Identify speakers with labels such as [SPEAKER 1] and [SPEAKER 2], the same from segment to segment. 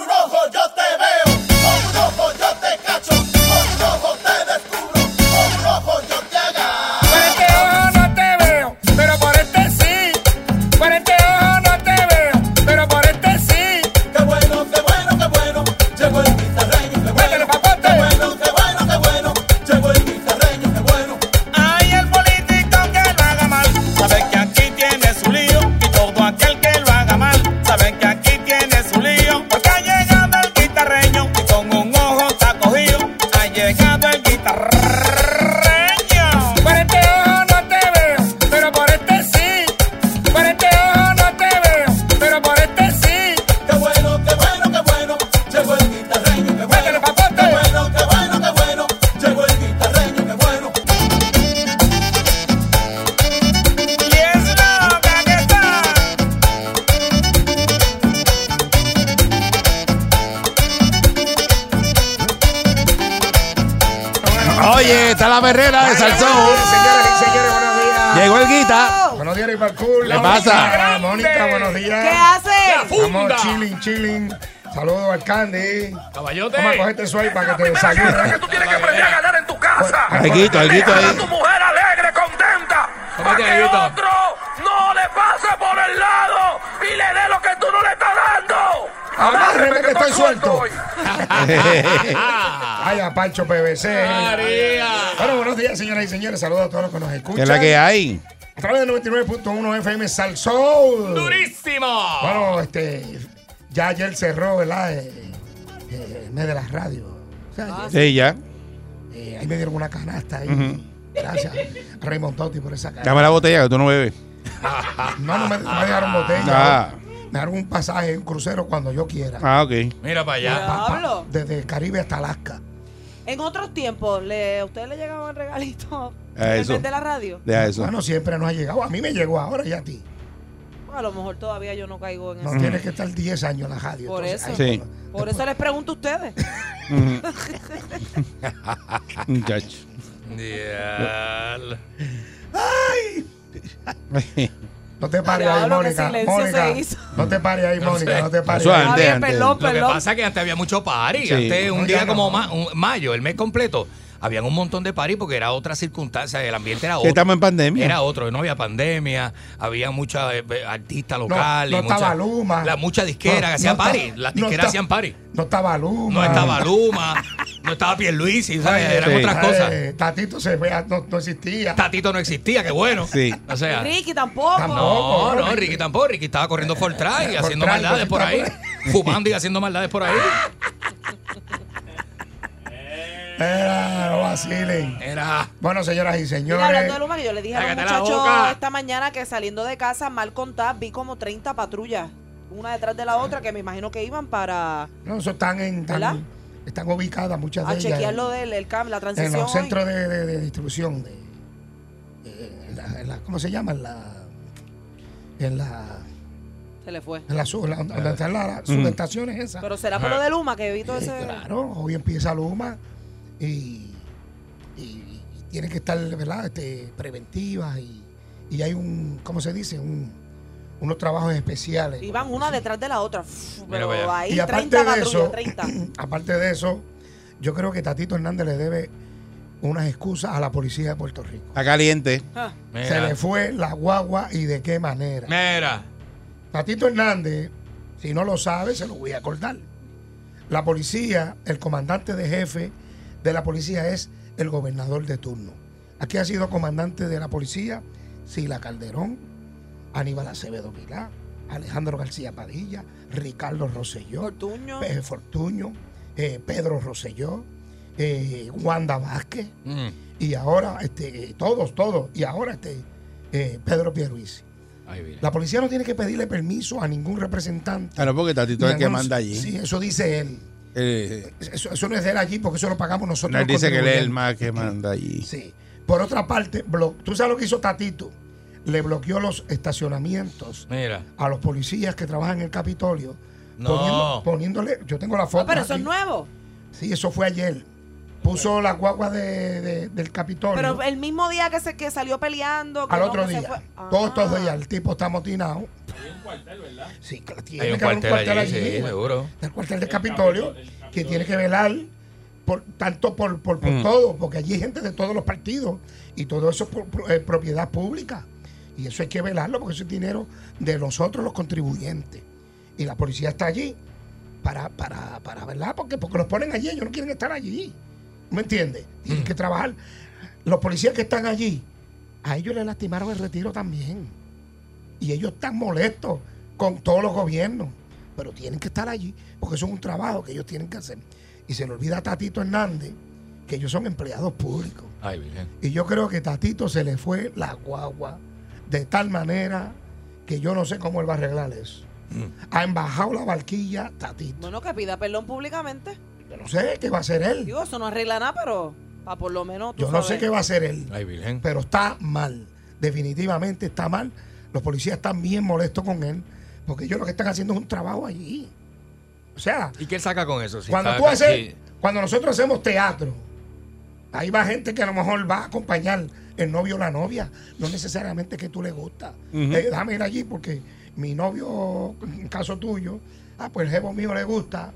[SPEAKER 1] un ojo yo te veo, con un ojo yo te cacho, con un ojo te descubro, con un ojo yo te agarro.
[SPEAKER 2] Por este ojo no te veo, pero por este sí. Por este ojo no te veo, pero por este sí.
[SPEAKER 1] Qué bueno, qué bueno, qué bueno, llegó el guitarreño, qué bueno,
[SPEAKER 2] Métele, papote.
[SPEAKER 1] qué bueno, qué bueno, qué bueno, llegó el guitarreño, qué bueno.
[SPEAKER 2] Ay, el político que lo haga mal, sabe que aquí tiene su lío. Y todo aquel que lo haga mal, sabe que aquí tiene su lío. Porque ha llegado el guitarreño y con un ojo está cogido. Ha llegado el guitarreño. Por este ojo no te veo, pero por este sí. Por este ojo no te veo, pero por este sí.
[SPEAKER 1] Qué bueno, qué bueno, qué bueno, llegó el guitarreño, qué bueno.
[SPEAKER 2] Métele, papote.
[SPEAKER 1] Qué bueno, qué bueno, qué bueno, llegó el guitarreño, qué bueno.
[SPEAKER 2] Y es loca que está.
[SPEAKER 3] Oye, está la perrera de Salsón.
[SPEAKER 4] Señoras y señores, buenos días.
[SPEAKER 3] Llegó el guita.
[SPEAKER 4] Buenos días, Riparcool.
[SPEAKER 3] ¿Qué pasa?
[SPEAKER 4] Ah, Mónica, buenos días.
[SPEAKER 5] ¿Qué haces?
[SPEAKER 4] Estamos chilling, chilling. Saludos al Candy. Caballote. Vamos a cogerte suave para que te desayunes.
[SPEAKER 6] Tú tienes que aprender a ganar en tu casa.
[SPEAKER 3] Ay, Guito, ay, Guito,
[SPEAKER 6] Dejar
[SPEAKER 3] ahí.
[SPEAKER 6] a tu mujer alegre, contenta. Para que otro no le pase por el lado y le dé lo que tú no le estás dando.
[SPEAKER 4] Amárreme que estoy suelto.
[SPEAKER 6] hoy.
[SPEAKER 4] Ay, a Pancho PVC. Bueno, buenos días, señoras y señores. Saludos a todos los que nos escuchan.
[SPEAKER 3] ¿Qué es la que hay?
[SPEAKER 4] A través de 99.1 FM Salsón.
[SPEAKER 7] ¡Durísimo!
[SPEAKER 4] Bueno, este, ya ayer cerró, ¿verdad? Eh, eh, el mes de las radios. O sea, ayer-
[SPEAKER 3] Sí, ya.
[SPEAKER 4] Eh, ahí me dieron una canasta ahí. Gracias a Raymond Totti por esa canasta.
[SPEAKER 3] Dame la botella que tú no bebes.
[SPEAKER 4] No, no me, no me dejaron botella.
[SPEAKER 3] Ah.
[SPEAKER 4] Me dejaron un pasaje, un crucero cuando yo quiera.
[SPEAKER 3] Ah, ok.
[SPEAKER 7] Mira para allá.
[SPEAKER 4] Pa- pa-
[SPEAKER 5] Diablo.
[SPEAKER 4] desde el Caribe hasta Alaska.
[SPEAKER 5] En otros tiempos, ¿le, ¿a ustedes le llegaban regalitos
[SPEAKER 3] A
[SPEAKER 5] en el
[SPEAKER 3] eso.
[SPEAKER 5] mes de la radio?
[SPEAKER 3] Deja eso.
[SPEAKER 4] Bueno, siempre nos ha llegado. A mí me llegó ahora y a ti.
[SPEAKER 5] A lo mejor todavía yo no caigo en
[SPEAKER 4] No
[SPEAKER 5] eso.
[SPEAKER 7] Este,
[SPEAKER 4] tienes que estar 10 años en la radio.
[SPEAKER 5] Por eso.
[SPEAKER 4] ahí-
[SPEAKER 3] Sí.
[SPEAKER 5] Por eso les pregunto a ustedes.
[SPEAKER 3] Muchacho.
[SPEAKER 7] Dial.
[SPEAKER 4] No te pares ahí,
[SPEAKER 5] Diablo, qué
[SPEAKER 4] Mónica.
[SPEAKER 5] silencio
[SPEAKER 4] Mónica.
[SPEAKER 5] se hizo.
[SPEAKER 4] No te pares ahí, Mónica. No te pares.
[SPEAKER 3] Eso
[SPEAKER 4] ahí.
[SPEAKER 5] Ah,
[SPEAKER 3] Antes,
[SPEAKER 5] bien,
[SPEAKER 3] antes.
[SPEAKER 5] perdón,
[SPEAKER 7] Lo que
[SPEAKER 5] perdón.
[SPEAKER 7] pasa es que antes había mucho party.
[SPEAKER 3] Sí.
[SPEAKER 7] Antes,
[SPEAKER 4] No,
[SPEAKER 7] un
[SPEAKER 4] ya
[SPEAKER 7] día como
[SPEAKER 4] no.
[SPEAKER 7] ma- un- mayo, el mes completo, habían un montón de party porque era otra circunstancia. El ambiente era
[SPEAKER 3] Que
[SPEAKER 7] otro.
[SPEAKER 3] estamos en pandemia.
[SPEAKER 7] Era otro. No había pandemia. Había muchos artistas locales.
[SPEAKER 4] no
[SPEAKER 7] mucha-
[SPEAKER 4] estaba Luma.
[SPEAKER 7] La, mucha disquera
[SPEAKER 4] No,
[SPEAKER 7] que hacía
[SPEAKER 4] no
[SPEAKER 7] party.
[SPEAKER 4] está-
[SPEAKER 7] Las
[SPEAKER 4] no
[SPEAKER 7] disqueras
[SPEAKER 4] está-
[SPEAKER 7] hacían party.
[SPEAKER 4] No estaba Luma.
[SPEAKER 7] No estaba Luma. no estaba Pierluisi. ¿sabes?
[SPEAKER 4] Ay,
[SPEAKER 7] Eran
[SPEAKER 3] sí.
[SPEAKER 7] otras cosas.
[SPEAKER 4] Eh, Tatito se vea, no, no existía.
[SPEAKER 7] Tatito no existía, qué bueno.
[SPEAKER 3] Sí.
[SPEAKER 7] O sea.
[SPEAKER 5] Ricky tampoco.
[SPEAKER 4] Tampoco. no,
[SPEAKER 7] No, no,
[SPEAKER 4] Ricky.
[SPEAKER 7] Ricky tampoco. Ricky estaba corriendo for try y haciendo
[SPEAKER 4] try,
[SPEAKER 7] maldades por ahí.
[SPEAKER 4] corriendo
[SPEAKER 7] Fumando y haciendo maldades por ahí.
[SPEAKER 4] Era, no vacilen.
[SPEAKER 7] Era.
[SPEAKER 4] Bueno, señoras y
[SPEAKER 5] Mira, hablando de
[SPEAKER 4] señores.
[SPEAKER 5] Luma, que yo le dije a los
[SPEAKER 7] Cágate la
[SPEAKER 5] muchachos
[SPEAKER 7] boca.
[SPEAKER 5] esta mañana que saliendo de casa, mal contada, vi como 30 patrullas, una detrás de la otra, que me imagino que iban para
[SPEAKER 4] No, eso están en. están-
[SPEAKER 5] ¿Verdad?
[SPEAKER 4] están ubicadas muchas de
[SPEAKER 7] Ah,
[SPEAKER 5] a
[SPEAKER 4] ellas.
[SPEAKER 5] chequear
[SPEAKER 4] en-
[SPEAKER 5] lo del el cam, la
[SPEAKER 4] en
[SPEAKER 5] transición.
[SPEAKER 4] los
[SPEAKER 5] hoy.
[SPEAKER 4] centros de, de- de distribución de, eh, en la- en la- ¿cómo se llama? en la en la
[SPEAKER 5] Se le fue.
[SPEAKER 4] en la sur, la- donde están las subestaciones esas
[SPEAKER 5] Pero será por lo de Luma que evito
[SPEAKER 4] Eh,
[SPEAKER 5] ese.
[SPEAKER 4] claro hoy empieza Luma y, y, y tiene que estar verdad este, preventivas y, y hay un ¿cómo se dice? un unos trabajos especiales
[SPEAKER 5] Iban una detrás de la otra. Uf,
[SPEAKER 7] Mira para
[SPEAKER 5] Pero
[SPEAKER 7] allá.
[SPEAKER 5] ahí
[SPEAKER 4] y
[SPEAKER 5] 30
[SPEAKER 4] aparte de
[SPEAKER 5] patrullas,
[SPEAKER 4] eso
[SPEAKER 5] 30.
[SPEAKER 4] aparte de eso yo creo que Tatito Hernández le debe unas excusas a la policía de Puerto Rico
[SPEAKER 3] Está caliente.
[SPEAKER 5] Ah,
[SPEAKER 4] Se
[SPEAKER 7] Mira.
[SPEAKER 4] le fue la guagua y de qué manera.
[SPEAKER 7] Mira.
[SPEAKER 4] Tatito Hernández, si no lo sabe, se lo voy a acordar. La policía, el comandante de jefe de la policía es el gobernador de turno. Aquí ha sido comandante de la policía Sila Calderón, Aníbal Acevedo Vilá, Alejandro García Padilla, Ricardo Rosselló,
[SPEAKER 5] Fortuño.
[SPEAKER 4] eh, Fortuño, eh, Pedro Rosselló, eh, Wanda Vázquez
[SPEAKER 7] Mm.
[SPEAKER 4] y ahora este eh, todos todos y ahora este eh, Pedro Pierluisi.
[SPEAKER 7] Ahí viene.
[SPEAKER 4] La policía no tiene que pedirle permiso a ningún representante.
[SPEAKER 3] Claro, porque Tatito es
[SPEAKER 4] Ni
[SPEAKER 3] el
[SPEAKER 4] a
[SPEAKER 3] que
[SPEAKER 4] ningún-
[SPEAKER 3] manda allí.
[SPEAKER 4] Sí, eso dice él.
[SPEAKER 3] Eh,
[SPEAKER 4] Eso, eso no es de él allí porque eso lo pagamos nosotros.
[SPEAKER 3] no, él
[SPEAKER 4] los
[SPEAKER 3] dice que él es el
[SPEAKER 4] contribuyentes.
[SPEAKER 3] más que manda allí.
[SPEAKER 4] Sí. Por otra parte, blo- tú sabes lo que hizo Tatito. Le bloqueó los estacionamientos
[SPEAKER 7] Mira.
[SPEAKER 4] a los policías que trabajan en el Capitolio.
[SPEAKER 7] No.
[SPEAKER 4] poniéndole, yo tengo la foto.
[SPEAKER 5] Ah, pero eso es
[SPEAKER 4] aquí.
[SPEAKER 5] nuevo.
[SPEAKER 4] Sí, eso fue ayer. puso las guaguas de- de- del Capitolio.
[SPEAKER 5] Pero el mismo día que se que salió peleando. que
[SPEAKER 4] al
[SPEAKER 5] no,
[SPEAKER 4] otro
[SPEAKER 5] que se
[SPEAKER 4] día.
[SPEAKER 5] fue- Ah.
[SPEAKER 4] Todos estos días el tipo está amotinado. Hay un cuartel, ¿verdad? Sí, claro, tiene
[SPEAKER 7] Hay un
[SPEAKER 4] que haber
[SPEAKER 7] cuartel allí, sí,
[SPEAKER 4] güey.
[SPEAKER 7] seguro.
[SPEAKER 4] Del cuartel del Capitolio, que tiene que velar por, tanto por, por, por todo, porque allí hay gente de todos los partidos y todo eso es por- por- eh, propiedad pública. Y eso hay que velarlo porque eso es dinero de nosotros los contribuyentes. Y la policía está allí para, para, para ¿verdad? Porque, porque los ponen allí, ellos no quieren estar allí. ¿Me entiendes? Tienen que trabajar. Los policías que están allí, a ellos les lastimaron el retiro también. Y ellos están molestos con todos los gobiernos. Pero tienen que estar allí porque eso es un trabajo que ellos tienen que hacer. Y se le olvida a Tatito Hernández que ellos son empleados públicos.
[SPEAKER 7] Ay, virgen.
[SPEAKER 4] Y yo creo que Tatito se le fue la guagua de tal manera que yo no sé cómo él va a arreglar eso. Ha embajado la barquilla Tatito.
[SPEAKER 5] Bueno, que pida perdón públicamente.
[SPEAKER 4] Yo no sé qué va a hacer él.
[SPEAKER 5] Digo, eso no arregla nada, pero pa, por lo menos. tú
[SPEAKER 4] Yo no sé
[SPEAKER 5] sabes.
[SPEAKER 4] qué va a hacer él.
[SPEAKER 7] Ay, virgen.
[SPEAKER 4] pero está mal. Definitivamente está mal. Los policías están bien molestos con él, porque ellos lo que están haciendo es un trabajo allí. O sea,
[SPEAKER 7] ¿Y qué saca con eso? Si
[SPEAKER 4] cuando
[SPEAKER 7] está
[SPEAKER 4] tú
[SPEAKER 7] acá,
[SPEAKER 4] haces,
[SPEAKER 7] sí. Ah,
[SPEAKER 4] cuando nosotros hacemos teatro, ahí va gente que a lo mejor va a acompañar el novio o la novia, no necesariamente que tú le gusta. Eh, déjame ir allí porque mi novio, en caso tuyo, ah, pues el jevo mío le gusta,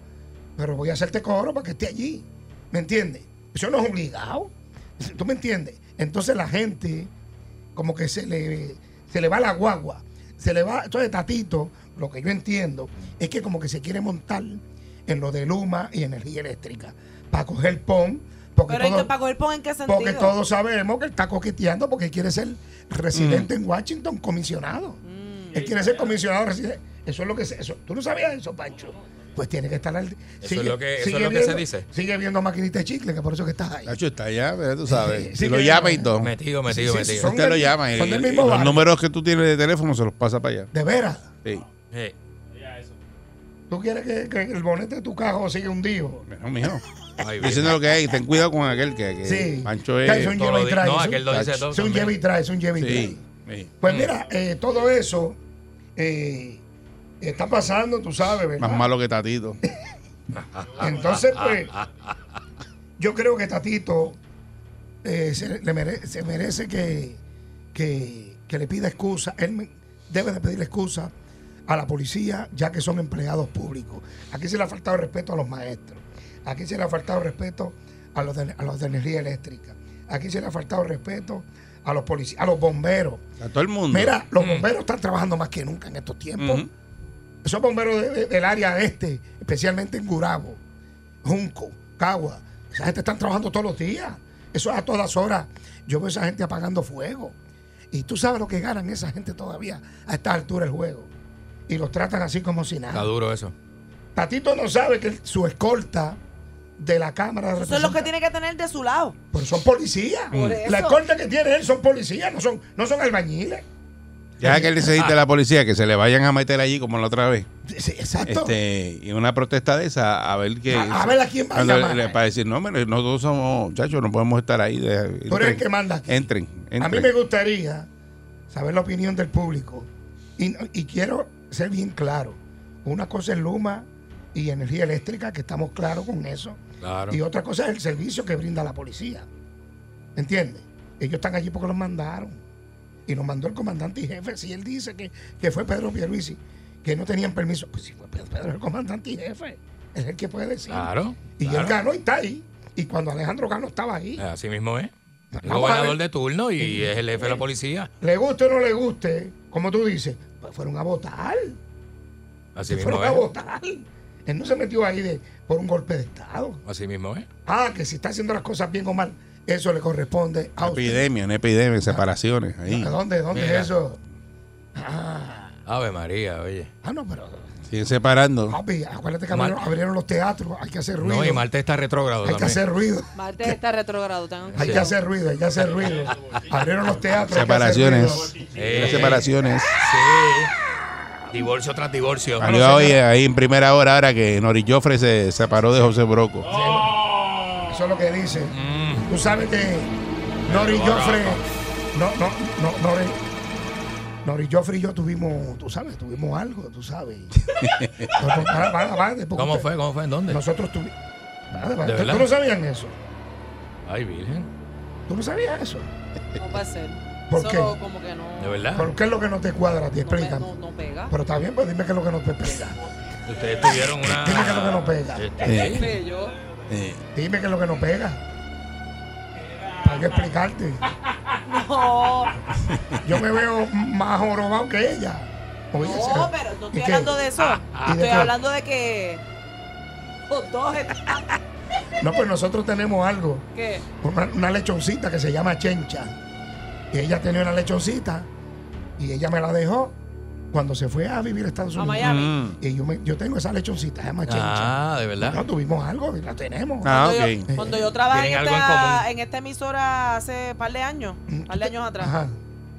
[SPEAKER 4] pero voy a hacerte coro para que esté allí. ¿Me entiendes? Eso no es obligado. ¿Tú me entiendes? Entonces la gente como que se le, se le va la guagua. Se le va. Entonces, Tatito, lo que yo entiendo es que como que se quiere montar en lo de Luma y energía eléctrica para coger PON. Porque,
[SPEAKER 5] Pero ¿y que
[SPEAKER 4] todo-
[SPEAKER 5] para coger pon en qué sentido.
[SPEAKER 4] porque todos sabemos que él está coqueteando porque él quiere ser
[SPEAKER 7] Mm.
[SPEAKER 4] residente en Washington, comisionado.
[SPEAKER 5] Mm.
[SPEAKER 4] Él quiere ser comisionado residente. Eso es lo que se, eso. ¿Tú no sabías eso, Pancho? Pues tiene que estar al. Eso
[SPEAKER 7] es lo que- eso es lo que se dice.
[SPEAKER 4] Sigue viendo maquinita de chicle, que por eso que estás ahí.
[SPEAKER 3] Nacho está allá, pero tú sabes.
[SPEAKER 4] Sí, sí,
[SPEAKER 3] si lo
[SPEAKER 4] que-
[SPEAKER 3] llama y todo.
[SPEAKER 7] Metido, metido,
[SPEAKER 4] Sí, sí,
[SPEAKER 7] metido.
[SPEAKER 4] son-
[SPEAKER 3] Usted lo llama y,
[SPEAKER 4] son del
[SPEAKER 3] y
[SPEAKER 4] mismo
[SPEAKER 3] los
[SPEAKER 4] barrio.
[SPEAKER 3] números que tú tienes de teléfono se los pasa para allá.
[SPEAKER 4] De veras.
[SPEAKER 3] Sí.
[SPEAKER 7] Eh,
[SPEAKER 4] ¿Tú quieres que, que el bonete de tu carro siga hundido?
[SPEAKER 3] Bueno, mijo.
[SPEAKER 7] Ay,
[SPEAKER 3] Diciendo
[SPEAKER 7] virgen.
[SPEAKER 3] lo que hay, ten cuidado con aquel que, que
[SPEAKER 4] Sí.
[SPEAKER 3] Pancho
[SPEAKER 4] Que es
[SPEAKER 3] es.
[SPEAKER 4] un
[SPEAKER 7] Todo lo
[SPEAKER 4] lleva y
[SPEAKER 7] di-
[SPEAKER 4] trae.
[SPEAKER 7] no,
[SPEAKER 4] es un-
[SPEAKER 7] aquel lo dice todo
[SPEAKER 4] Es un
[SPEAKER 7] también.
[SPEAKER 4] lleva y trae, es un lleva y trae.
[SPEAKER 3] Sí. sí.
[SPEAKER 4] Pues mira, eh, todo eso eh, está pasando, tú sabes, ¿verdad?
[SPEAKER 3] Más malo que Tatito.
[SPEAKER 4] Entonces, pues, yo creo que Tatito eh, se, le mere- se merece que, que- que le pida excusa. Él me- debe de pedir excusa a la policía, ya que son empleados públicos. Aquí se le ha faltado respeto a los maestros. Aquí se le ha faltado respeto a los de, a los de energía eléctrica. Aquí se le ha faltado respeto a los policías, a los bomberos.
[SPEAKER 3] A todo el mundo.
[SPEAKER 4] Mira,
[SPEAKER 5] Mm.
[SPEAKER 4] los bomberos están trabajando más que nunca en estos tiempos.
[SPEAKER 3] Ujú.
[SPEAKER 4] Esos bomberos de- de- del área este, especialmente en Gurabo, Junco, Cagua, esa gente están trabajando todos los días. Eso es a todas horas. Yo veo a esa gente apagando fuego. Y tú sabes lo que ganan esa gente todavía a esta altura del juego. Y los tratan así como si
[SPEAKER 7] Está
[SPEAKER 4] nada.
[SPEAKER 7] duro eso.
[SPEAKER 4] Tatito no sabe que su escolta de la Cámara de
[SPEAKER 5] Eso es lo que
[SPEAKER 4] Representantes-
[SPEAKER 5] tiene que tener de su lado.
[SPEAKER 4] Pero son
[SPEAKER 3] Mm.
[SPEAKER 4] policías.
[SPEAKER 5] Por
[SPEAKER 4] La
[SPEAKER 5] eso.
[SPEAKER 4] escolta que tiene él son policías, no son, no son albañiles.
[SPEAKER 3] Ya que él necesita a la policía que se le vayan a meter allí como la otra vez.
[SPEAKER 4] Sí, Exacto.
[SPEAKER 3] Este, y una protesta de esa, a ver qué.
[SPEAKER 4] A- a ver a quién va a
[SPEAKER 3] Cuando
[SPEAKER 4] llamar.
[SPEAKER 3] le- Para decir, no, hombre, nosotros somos, muchachos, no podemos estar ahí. de-
[SPEAKER 4] Tú eres el que manda aquí.
[SPEAKER 3] Entren, entren.
[SPEAKER 4] A mí me gustaría saber la opinión del público. Y, y quiero ser bien claro. Una cosa es Luma y energía eléctrica, que estamos claros con eso.
[SPEAKER 7] Claro.
[SPEAKER 4] Y otra cosa es el servicio que brinda la policía. ¿Entiendes? Ellos están allí porque los mandaron. Y nos mandó el comandante y jefe. Si él dice que, que fue Pedro Pierluisi, que no tenían permiso. Pues si fue Pedro, Pedro el comandante y jefe. Es el que puede decir.
[SPEAKER 7] Claro.
[SPEAKER 4] Y
[SPEAKER 7] claro. Ah.
[SPEAKER 4] él ganó y está ahí. Y cuando Alejandro Gano estaba ahí.
[SPEAKER 7] Así mismo es. El
[SPEAKER 4] Vamos a
[SPEAKER 7] gobernador
[SPEAKER 4] ver.
[SPEAKER 7] de turno y es el
[SPEAKER 4] eh.
[SPEAKER 7] jefe de la policía.
[SPEAKER 4] le guste o no le guste, como tú dices, pues fueron a votar.
[SPEAKER 7] Así mismo
[SPEAKER 4] fueron a
[SPEAKER 7] es.
[SPEAKER 4] votar. Él no se metió ahí de, por un golpe de Estado.
[SPEAKER 7] Así mismo es.
[SPEAKER 4] Ah, que si está haciendo las cosas bien o mal, eso le corresponde a usted.
[SPEAKER 3] Epidemia, una epidemia, separaciones. Ahí.
[SPEAKER 4] ¿A dónde, dónde
[SPEAKER 7] Mira.
[SPEAKER 4] es eso? Ah,
[SPEAKER 7] Ave María, oye.
[SPEAKER 4] ah, no, pero.
[SPEAKER 3] Siguen separando.
[SPEAKER 4] Papi, acuérdate que
[SPEAKER 7] Mal-
[SPEAKER 4] abrieron, abrieron los teatros, hay que hacer ruido.
[SPEAKER 7] No, y Marte está retrógrado
[SPEAKER 4] hay que
[SPEAKER 7] también.
[SPEAKER 4] hacer ruido.
[SPEAKER 5] Marte está retrogrado. tan-
[SPEAKER 4] Hay que hacer ruido, hay que hacer ruido. Abrieron los teatros. hay que hacer
[SPEAKER 3] Separaciones.
[SPEAKER 4] ruido.
[SPEAKER 7] Eh,
[SPEAKER 3] Las separaciones.
[SPEAKER 7] Sí. Divorcio tras divorcio.
[SPEAKER 3] Salió hoy ahí en primera hora ahora que Nori Joffre se separó de José Broco.
[SPEAKER 4] Eso es lo que dice.
[SPEAKER 7] Mm.
[SPEAKER 4] Tú sabes que Nori Joffre. No, no, no, Nori. Nori Joffre y yo tuvimos, tú sabes, tuvimos algo, tú sabes. Para, para, para, porque
[SPEAKER 7] ¿Cómo fue? ¿Cómo fue? ¿En dónde?
[SPEAKER 4] Nosotros tuvimos.
[SPEAKER 7] ¿De verdad?
[SPEAKER 4] ¿Tú no sabían eso?
[SPEAKER 7] Ay, Virgen.
[SPEAKER 4] ¿Tú no sabías eso?
[SPEAKER 5] No puede ser.
[SPEAKER 4] ¿Por
[SPEAKER 5] Eso
[SPEAKER 4] qué?
[SPEAKER 5] como que no.
[SPEAKER 7] De verdad.
[SPEAKER 4] ¿Por qué es lo que no te cuadra a ti?
[SPEAKER 5] no pe-
[SPEAKER 4] Explícame.
[SPEAKER 5] No, no pega.
[SPEAKER 4] Pero está bien, pues dime qué es lo que no te pega.
[SPEAKER 7] Ustedes tuvieron una.
[SPEAKER 4] Dime que no me lo pega.
[SPEAKER 7] Este,
[SPEAKER 3] Eh,
[SPEAKER 5] Ve, yo-
[SPEAKER 3] eh,
[SPEAKER 4] Dime qué es lo que no pega. Hay que explicarte.
[SPEAKER 5] No,
[SPEAKER 4] Yo me veo más jorobado que ella. Oye,
[SPEAKER 5] no,
[SPEAKER 4] esa-
[SPEAKER 5] pero no
[SPEAKER 4] Pues, ¿y qué?
[SPEAKER 5] estoy
[SPEAKER 4] Ah,
[SPEAKER 5] hablando de eso.
[SPEAKER 4] ¿Y de
[SPEAKER 5] estoy
[SPEAKER 4] qué?
[SPEAKER 5] hablando de que. Los dos están.
[SPEAKER 4] No, pues nosotros tenemos algo.
[SPEAKER 5] ¿Qué?
[SPEAKER 4] una, una lechoncita que se llama Chencha. Y ella tenía una lechoncita y ella me la dejó cuando se fue a vivir a Estados
[SPEAKER 5] A
[SPEAKER 4] Unidos.
[SPEAKER 5] Miami.
[SPEAKER 3] Mm.
[SPEAKER 4] Y yo, me- yo tengo esa lechoncita, se llama Chencha.
[SPEAKER 7] Ah, de
[SPEAKER 4] No,
[SPEAKER 7] verdad.
[SPEAKER 4] tuvimos algo, y la tenemos.
[SPEAKER 3] Ah,
[SPEAKER 5] Cuando
[SPEAKER 3] ok.
[SPEAKER 5] yo, cuando yo trabajé en
[SPEAKER 7] Tienen algo en
[SPEAKER 5] esta,
[SPEAKER 7] común.
[SPEAKER 5] en esta emisora hace par de años, par de años atrás,
[SPEAKER 4] Mm, Ajá.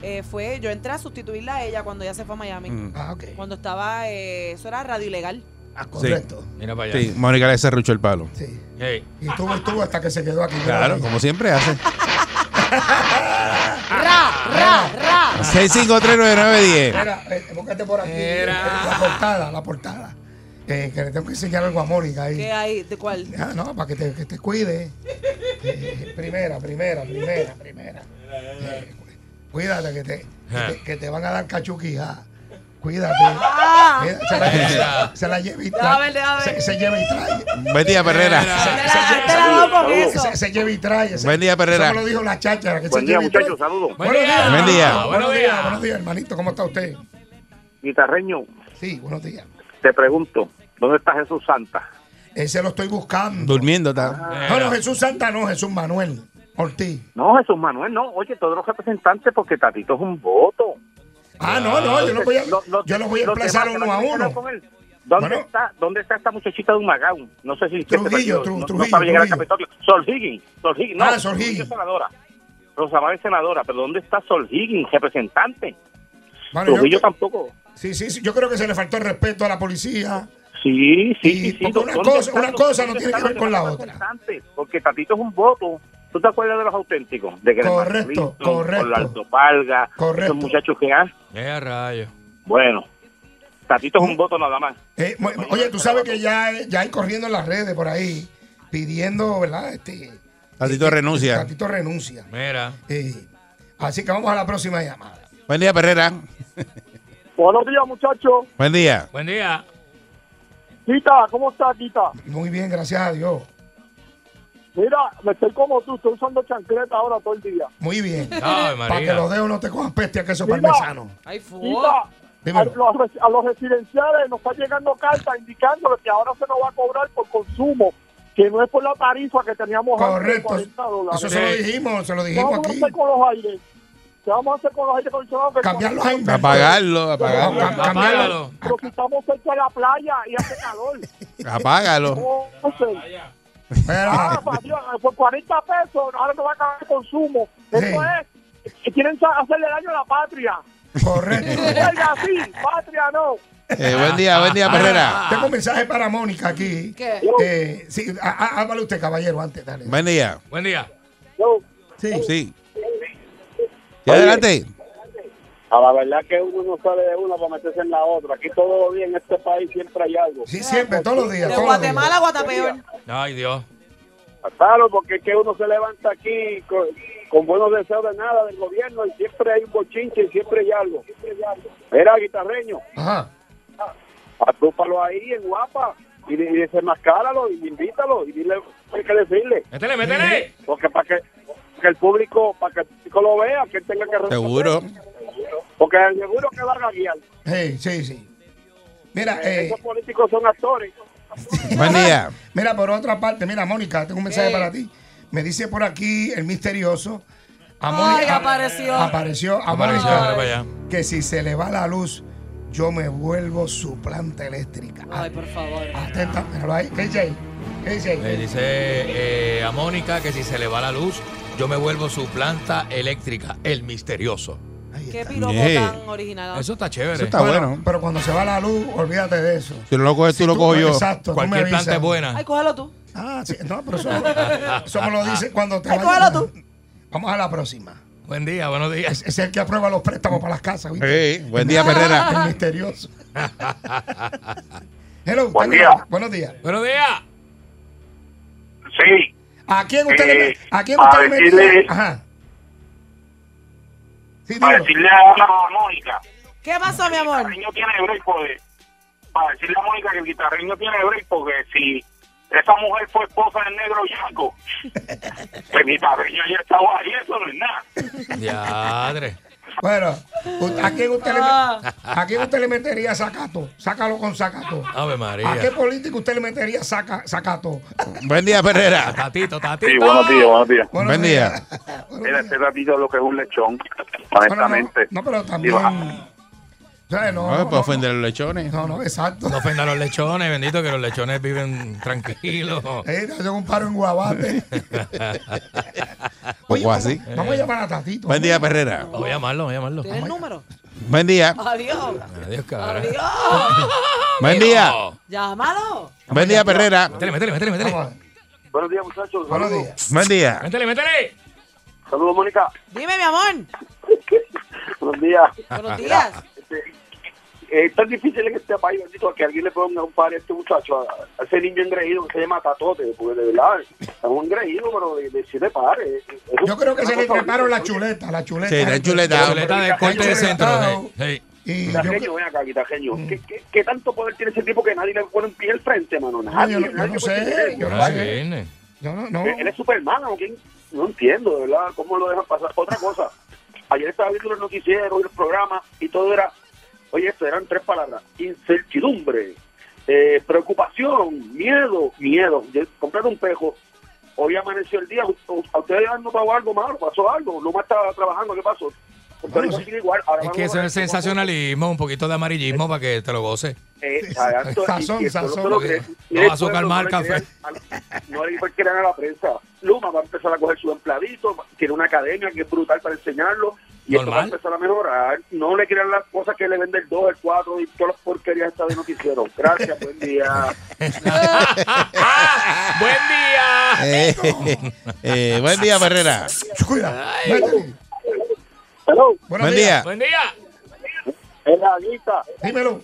[SPEAKER 5] eh, fue, yo entré a sustituirla a ella cuando ella se fue a Miami.
[SPEAKER 7] Mm.
[SPEAKER 4] Ah, ok.
[SPEAKER 5] Cuando estaba, eh, eso era radio ilegal.
[SPEAKER 4] Ah, correcto.
[SPEAKER 7] Mira para allá.
[SPEAKER 3] Sí, Mónica le cerruchó el palo.
[SPEAKER 4] Sí.
[SPEAKER 7] Hey,
[SPEAKER 4] Y estuvo, estuvo hasta que se quedó aquí.
[SPEAKER 3] Claro, como siempre hace.
[SPEAKER 7] Ah.
[SPEAKER 5] ¡Ra, ra, ra!
[SPEAKER 3] 6539910.
[SPEAKER 4] Era, eh, búscate por aquí.
[SPEAKER 7] Era.
[SPEAKER 4] La portada, la portada. Eh, que le tengo que enseñar algo a Mónica ahí.
[SPEAKER 5] ¿Qué hay? ¿De cuál?
[SPEAKER 4] Ah, no, para que te, que te cuide. Eh, primera, primera, primera, primera. Eh, cu- cuídate que te, que te, que te van a dar cachuquija. Cuídate. Mira, Se la, se la lleva y
[SPEAKER 5] Deja Ah. ver,
[SPEAKER 4] trae.
[SPEAKER 5] deja ver.
[SPEAKER 4] Se, se lleva y trae.
[SPEAKER 3] Buen día, Perrera.
[SPEAKER 7] Era.
[SPEAKER 5] Te la- te la dado con eso.
[SPEAKER 4] Se, se lleva y trae. Se-
[SPEAKER 3] Buen día, Perrera.
[SPEAKER 4] Eso me lo dijo la chacha. Que
[SPEAKER 8] Buen
[SPEAKER 4] se
[SPEAKER 8] día,
[SPEAKER 4] lleva y trae.
[SPEAKER 8] muchachos, saludos.
[SPEAKER 7] Buen
[SPEAKER 4] Buenos
[SPEAKER 7] día.
[SPEAKER 4] días.
[SPEAKER 3] Buen día.
[SPEAKER 4] Buenos,
[SPEAKER 7] Buenos
[SPEAKER 4] días.
[SPEAKER 7] días.
[SPEAKER 4] Buenos días, hermanito. ¿Cómo está usted?
[SPEAKER 8] Guitarreño,
[SPEAKER 4] Sí, buenos días.
[SPEAKER 8] te pregunto, ¿dónde está Jesús Santa?
[SPEAKER 4] Ese lo estoy buscando.
[SPEAKER 3] Durmiendo, está.
[SPEAKER 4] No, no, Jesús Santa no, Jesús Manuel Ortiz.
[SPEAKER 8] No, Jesús Manuel, no. Oye, todos los representantes, porque Tatito es un voto.
[SPEAKER 4] Ah, no, no, yo lo voy a,
[SPEAKER 8] Lo- lo-
[SPEAKER 4] yo lo voy a
[SPEAKER 8] los
[SPEAKER 4] emplazar
[SPEAKER 8] demás que
[SPEAKER 4] uno a
[SPEAKER 8] van
[SPEAKER 4] uno.
[SPEAKER 8] quedar con él. ¿Dónnde,
[SPEAKER 4] Bueno.
[SPEAKER 8] está, ¿Dónde está esta muchachita de Humagao? No sé si... usted se
[SPEAKER 4] Trujillo,
[SPEAKER 8] perdió,
[SPEAKER 4] Tru-
[SPEAKER 8] no- no,
[SPEAKER 4] Trujillo,
[SPEAKER 8] para llegar al
[SPEAKER 4] Trujillo.
[SPEAKER 8] Capitolio. Sol Higgins, Sol Higgins, no,
[SPEAKER 4] Ah, Sol
[SPEAKER 8] Trujillo
[SPEAKER 4] Higgins.
[SPEAKER 8] es senadora. Rosamar es senadora, pero ¿dónde está Sol Higgins, representante?
[SPEAKER 4] Bueno, yo-
[SPEAKER 8] Trujillo tampoco.
[SPEAKER 4] Sí, sí, sí, yo creo que se le faltó el respeto a la policía.
[SPEAKER 8] Sí, sí,
[SPEAKER 4] Y
[SPEAKER 8] sí, sí.
[SPEAKER 4] porque una
[SPEAKER 8] ¿Dónde
[SPEAKER 4] cosa-
[SPEAKER 8] están
[SPEAKER 4] una
[SPEAKER 8] los-
[SPEAKER 4] cosa no
[SPEAKER 8] dónde
[SPEAKER 4] tiene que
[SPEAKER 8] están
[SPEAKER 4] ver con
[SPEAKER 8] los
[SPEAKER 4] la
[SPEAKER 8] demás
[SPEAKER 4] otra.
[SPEAKER 8] representantes? Porque Tatito es un voto. ¿Tú te acuerdas de los auténticos? De Gremar
[SPEAKER 4] Correcto,
[SPEAKER 8] Clinton,
[SPEAKER 4] correcto.
[SPEAKER 8] Orlando Palga,
[SPEAKER 4] Correcto.
[SPEAKER 8] esos muchachos que han...
[SPEAKER 7] Eh, rayo.
[SPEAKER 8] Bueno, Tatito
[SPEAKER 4] Mm.
[SPEAKER 8] es un voto nada más.
[SPEAKER 4] Eh, mo- oye, tú sabes que ya, ya hay corriendo en las redes por ahí pidiendo, ¿verdad? Este,
[SPEAKER 3] Tatito renuncia.
[SPEAKER 4] Tatito renuncia.
[SPEAKER 7] Mira.
[SPEAKER 4] Eh, así que vamos a la próxima llamada.
[SPEAKER 3] Buen día, Perrera.
[SPEAKER 8] Buenos días, muchachos.
[SPEAKER 3] Buen día.
[SPEAKER 7] Buen día.
[SPEAKER 8] Tita, ¿cómo estás, Tita?
[SPEAKER 4] Muy bien, gracias a Dios.
[SPEAKER 8] Mira, me estoy como tú, estoy usando chancleta ahora todo el día.
[SPEAKER 4] Muy bien.
[SPEAKER 7] Ay,
[SPEAKER 4] Para que los
[SPEAKER 7] María.
[SPEAKER 4] dedos no te cojan peste a queso
[SPEAKER 8] Mira.
[SPEAKER 4] parmesano.
[SPEAKER 5] Ay, fu.
[SPEAKER 8] Ah,
[SPEAKER 4] Dímelo. a
[SPEAKER 8] residenciales nos está llegando carta indicándoles que ahora se nos va a cobrar por consumo, que no es por la tarifa que teníamos
[SPEAKER 4] Correcto. Eso se lo dijimos, se lo
[SPEAKER 8] ¿Qué
[SPEAKER 4] dijimos
[SPEAKER 8] vamos
[SPEAKER 4] aquí.
[SPEAKER 8] a hacer con los aires? ¿Qué vamos a hacer con los aires condicionados? Que
[SPEAKER 4] Cambiarlos a inversores.
[SPEAKER 3] Apagarlo,
[SPEAKER 4] No,
[SPEAKER 3] apagarlo.
[SPEAKER 4] cam- cambiarlo.
[SPEAKER 7] Apágalo.
[SPEAKER 8] Pero si estamos cerca de la playa y hace calor.
[SPEAKER 3] Apágalo.
[SPEAKER 8] No sé. Ah,
[SPEAKER 4] Espera.
[SPEAKER 8] para Dios, por 40 pues, pesos ahora no va a acabar el consumo. Eso
[SPEAKER 4] Sí.
[SPEAKER 8] es. que Quieren sa- hacerle daño a la patria.
[SPEAKER 4] Correcto.
[SPEAKER 8] Oiga, sí, patria no.
[SPEAKER 3] Eh, buen día, buen día, Perrera.
[SPEAKER 4] Tengo un mensaje para Mónica aquí.
[SPEAKER 5] ¿Qué?
[SPEAKER 4] Eh, sí, á- á- háblale usted, caballero, antes, dale.
[SPEAKER 3] Buen día.
[SPEAKER 7] Buen día.
[SPEAKER 8] Yo,
[SPEAKER 4] Sí.
[SPEAKER 3] Sí. Y adelante.
[SPEAKER 8] a la verdad que uno no sale de una para meterse en la otra. Aquí todo bien, en este país siempre hay algo.
[SPEAKER 4] Sí, siempre, todos los días.
[SPEAKER 5] De
[SPEAKER 4] todos los días.
[SPEAKER 5] Guatemala a Guatapeor.
[SPEAKER 7] Ay, Dios.
[SPEAKER 8] Claro, porque es que uno se levanta aquí con, con buenos deseos de nada del gobierno y siempre hay un bochinche y siempre hay algo. Era guitarreño,
[SPEAKER 4] Ajá.
[SPEAKER 8] atúpalo ahí en guapa y, de- y desenmascáralo y invítalo y dile hay que decirle.
[SPEAKER 7] Métele, métele.
[SPEAKER 8] Porque para que, que el público, para que el público lo vea, que él tenga que responder.
[SPEAKER 3] Seguro.
[SPEAKER 8] Porque seguro que van a guiar.
[SPEAKER 4] Sí, sí, sí. Mira, eh,
[SPEAKER 8] Esos políticos son actores.
[SPEAKER 3] Buen día.
[SPEAKER 4] mira, por otra parte, mira, Mónica, tengo un mensaje
[SPEAKER 5] ¿Qué?
[SPEAKER 4] para ti. Me dice por aquí el misterioso. A
[SPEAKER 5] Ay,
[SPEAKER 4] Mónica-
[SPEAKER 5] apareció.
[SPEAKER 4] Apareció a
[SPEAKER 7] Apareció,
[SPEAKER 4] Mónica,
[SPEAKER 7] mira para allá.
[SPEAKER 4] Que si se le va la luz, yo me vuelvo su planta eléctrica.
[SPEAKER 5] Ay, por favor.
[SPEAKER 4] Atenta, míralo ahí. ¿Qué dice ahí? ¿Qué dice ahí?
[SPEAKER 7] Le dice eh, a Mónica que si se le va la luz, yo me vuelvo su planta eléctrica, el misterioso.
[SPEAKER 4] Ahí
[SPEAKER 5] Qué
[SPEAKER 4] está.
[SPEAKER 5] piropo
[SPEAKER 3] Yeah.
[SPEAKER 5] tan original.
[SPEAKER 7] Eso está chévere.
[SPEAKER 3] Eso está bueno.
[SPEAKER 4] Pero cuando se va la luz, olvídate de eso.
[SPEAKER 3] Si no lo coges Pues tú, lo
[SPEAKER 4] Tú,
[SPEAKER 3] cojo yo.
[SPEAKER 4] Exacto. tú me
[SPEAKER 7] Cualquier
[SPEAKER 4] avisas.
[SPEAKER 7] planta es buena.
[SPEAKER 5] Ay, cógelo tú.
[SPEAKER 4] Ah, sí, no, pero eso, eso me lo dice cuando te
[SPEAKER 5] Ay,
[SPEAKER 4] vayas.
[SPEAKER 5] Eh, cógelo tú.
[SPEAKER 4] Vamos a la próxima.
[SPEAKER 7] Buen día, buenos días.
[SPEAKER 4] Es el que aprueba los préstamos para las casas, ¿viste?
[SPEAKER 3] Sí, buen día, Perrera.
[SPEAKER 4] El misterioso. Hello,
[SPEAKER 8] Buen
[SPEAKER 4] tengo-
[SPEAKER 8] día.
[SPEAKER 4] Buenos días.
[SPEAKER 7] Buenos días.
[SPEAKER 8] Sí,
[SPEAKER 4] ¿A quién usted
[SPEAKER 8] Eh,
[SPEAKER 4] le ¿A quién
[SPEAKER 8] para
[SPEAKER 4] usted le metería?
[SPEAKER 8] decirle-
[SPEAKER 4] Ajá. Sí,
[SPEAKER 8] Para
[SPEAKER 4] dímelo.
[SPEAKER 8] decirle a Mónica,
[SPEAKER 5] ¿Qué pasó, mi
[SPEAKER 8] el
[SPEAKER 5] amor?
[SPEAKER 8] guitarreño tiene break porque, para decirle a Mónica que el guitarreño tiene break porque si esa mujer fue esposa del negro Yanko, el guitarreño ya estaba ahí, eso no es nada.
[SPEAKER 7] Diadre.
[SPEAKER 4] Bueno, u- ¿a quién usted le,
[SPEAKER 5] Ah.
[SPEAKER 4] ¿a quién usted le metería sacato? Sácalo con sacato.
[SPEAKER 7] Ave
[SPEAKER 4] ¿A Ah, qué
[SPEAKER 7] María.
[SPEAKER 4] político usted le metería saca, sacato?
[SPEAKER 3] Buen día, Ferrera.
[SPEAKER 7] Tatito, tatito.
[SPEAKER 8] Sí, buenos días, buenos días.
[SPEAKER 4] Buenos
[SPEAKER 3] Buen día.
[SPEAKER 4] Buenos
[SPEAKER 8] Mira,
[SPEAKER 4] días.
[SPEAKER 8] este ratito lo que es un lechón,
[SPEAKER 4] Bueno, no,
[SPEAKER 8] honestamente.
[SPEAKER 4] no, pero también.
[SPEAKER 8] Digo,
[SPEAKER 4] ¿sabes? No,
[SPEAKER 3] No,
[SPEAKER 4] no,
[SPEAKER 3] para
[SPEAKER 4] no,
[SPEAKER 3] ofender a los lechones.
[SPEAKER 4] no, no, exacto.
[SPEAKER 7] No ofenda a los lechones, bendito que los lechones viven tranquilos.
[SPEAKER 4] Eh, te hacen un paro en Guabate.
[SPEAKER 3] Poco así.
[SPEAKER 4] vamos- Vamos a llamar a Tatito.
[SPEAKER 3] Buen día, Ferrera.
[SPEAKER 7] Voy a llamarlo, voy a llamarlo.
[SPEAKER 5] ¿Tienes el número?
[SPEAKER 3] Buen día.
[SPEAKER 5] Adiós.
[SPEAKER 7] Adiós, cabrón.
[SPEAKER 5] Adiós.
[SPEAKER 3] Buen día.
[SPEAKER 5] Llámalo.
[SPEAKER 3] Buen día, Ferrera.
[SPEAKER 7] Métele, métele, métele, métele.
[SPEAKER 4] Vamos a ver.
[SPEAKER 8] Buenos días, muchachos.
[SPEAKER 4] Buenos días.
[SPEAKER 3] Buen día.
[SPEAKER 7] Métele, métele.
[SPEAKER 8] Saludos, Mónica.
[SPEAKER 5] Dime, mi amor.
[SPEAKER 8] Buenos días. Eh,
[SPEAKER 5] Buenos días.
[SPEAKER 8] Es tan difícil en este país, bendito, que alguien le ponga un par a este muchacho, a, a ese niño engreído que se llama Tatote, porque de verdad es un engreído, pero de, de siete pares. Es- es-
[SPEAKER 4] Yo creo que
[SPEAKER 8] una
[SPEAKER 4] se le
[SPEAKER 8] cosa
[SPEAKER 4] treparon
[SPEAKER 8] horrible.
[SPEAKER 4] la chuleta, la chuleta.
[SPEAKER 3] Sí, la chuleta.
[SPEAKER 7] Chuleta de corte de centro. sí, sí.
[SPEAKER 4] Y yo, Mm.
[SPEAKER 8] Guitarreño, ven acá, guitarreño. ¿Qué, qué, qué tanto poder tiene ese tipo que nadie le pone un pie al frente, mano?
[SPEAKER 4] no,
[SPEAKER 8] Nadie,
[SPEAKER 4] yo no- yo
[SPEAKER 8] nadie
[SPEAKER 4] no
[SPEAKER 8] puede
[SPEAKER 4] sé,
[SPEAKER 8] tener.
[SPEAKER 4] yo no
[SPEAKER 7] Ay,
[SPEAKER 4] sé.
[SPEAKER 7] Ah, viene.
[SPEAKER 4] Yo no, no.
[SPEAKER 8] Él es Superman, ¿o quién? No entiendo, de verdad, cómo lo dejan pasar. Otra cosa, ayer estaba viendo los noticieros y los programas y todo era, oye, esto eran tres palabras, incertidumbre, eh, preocupación, miedo, miedo. Yo compré un pejo, hoy amaneció el día, a ustedes han notado algo malo, pasó algo, Luma estaba trabajando, ¿qué pasó? Puerto
[SPEAKER 4] Bueno,
[SPEAKER 8] Rico
[SPEAKER 4] sí.
[SPEAKER 8] sigue igual, ahora
[SPEAKER 7] Es
[SPEAKER 8] vamos
[SPEAKER 7] que
[SPEAKER 8] a
[SPEAKER 7] eso
[SPEAKER 8] ver
[SPEAKER 7] es
[SPEAKER 8] cómo-
[SPEAKER 7] sensacionalismo, un poquito de amarillismo para que te lo goces.
[SPEAKER 8] Eh, exacto, y-
[SPEAKER 4] Sazón,
[SPEAKER 8] y esto no se
[SPEAKER 4] sazón.
[SPEAKER 8] lo cree.
[SPEAKER 7] No,
[SPEAKER 8] Mire,
[SPEAKER 7] azúcar
[SPEAKER 8] pueblo, no le
[SPEAKER 7] marca, pues.
[SPEAKER 8] crean a- No le crean a la prensa. Luma va a empezar a coger su empleadito, tiene una academia que es brutal para enseñarlo y esto va a
[SPEAKER 7] Normal.
[SPEAKER 8] empezar a mejorar. No le crean las cosas que le vende el 2, el 4 y todas las porquerías estas de noticiero. Gracias, buen día.
[SPEAKER 7] Ah, ¡Buen día!
[SPEAKER 3] Eh, eh, buen día, Ferrera.
[SPEAKER 4] Cuida. Métele.
[SPEAKER 8] Hello,
[SPEAKER 4] Buenos
[SPEAKER 3] Buen
[SPEAKER 4] días.
[SPEAKER 3] día.
[SPEAKER 7] ¡Buen día!
[SPEAKER 8] es la guita.
[SPEAKER 4] Dímelo.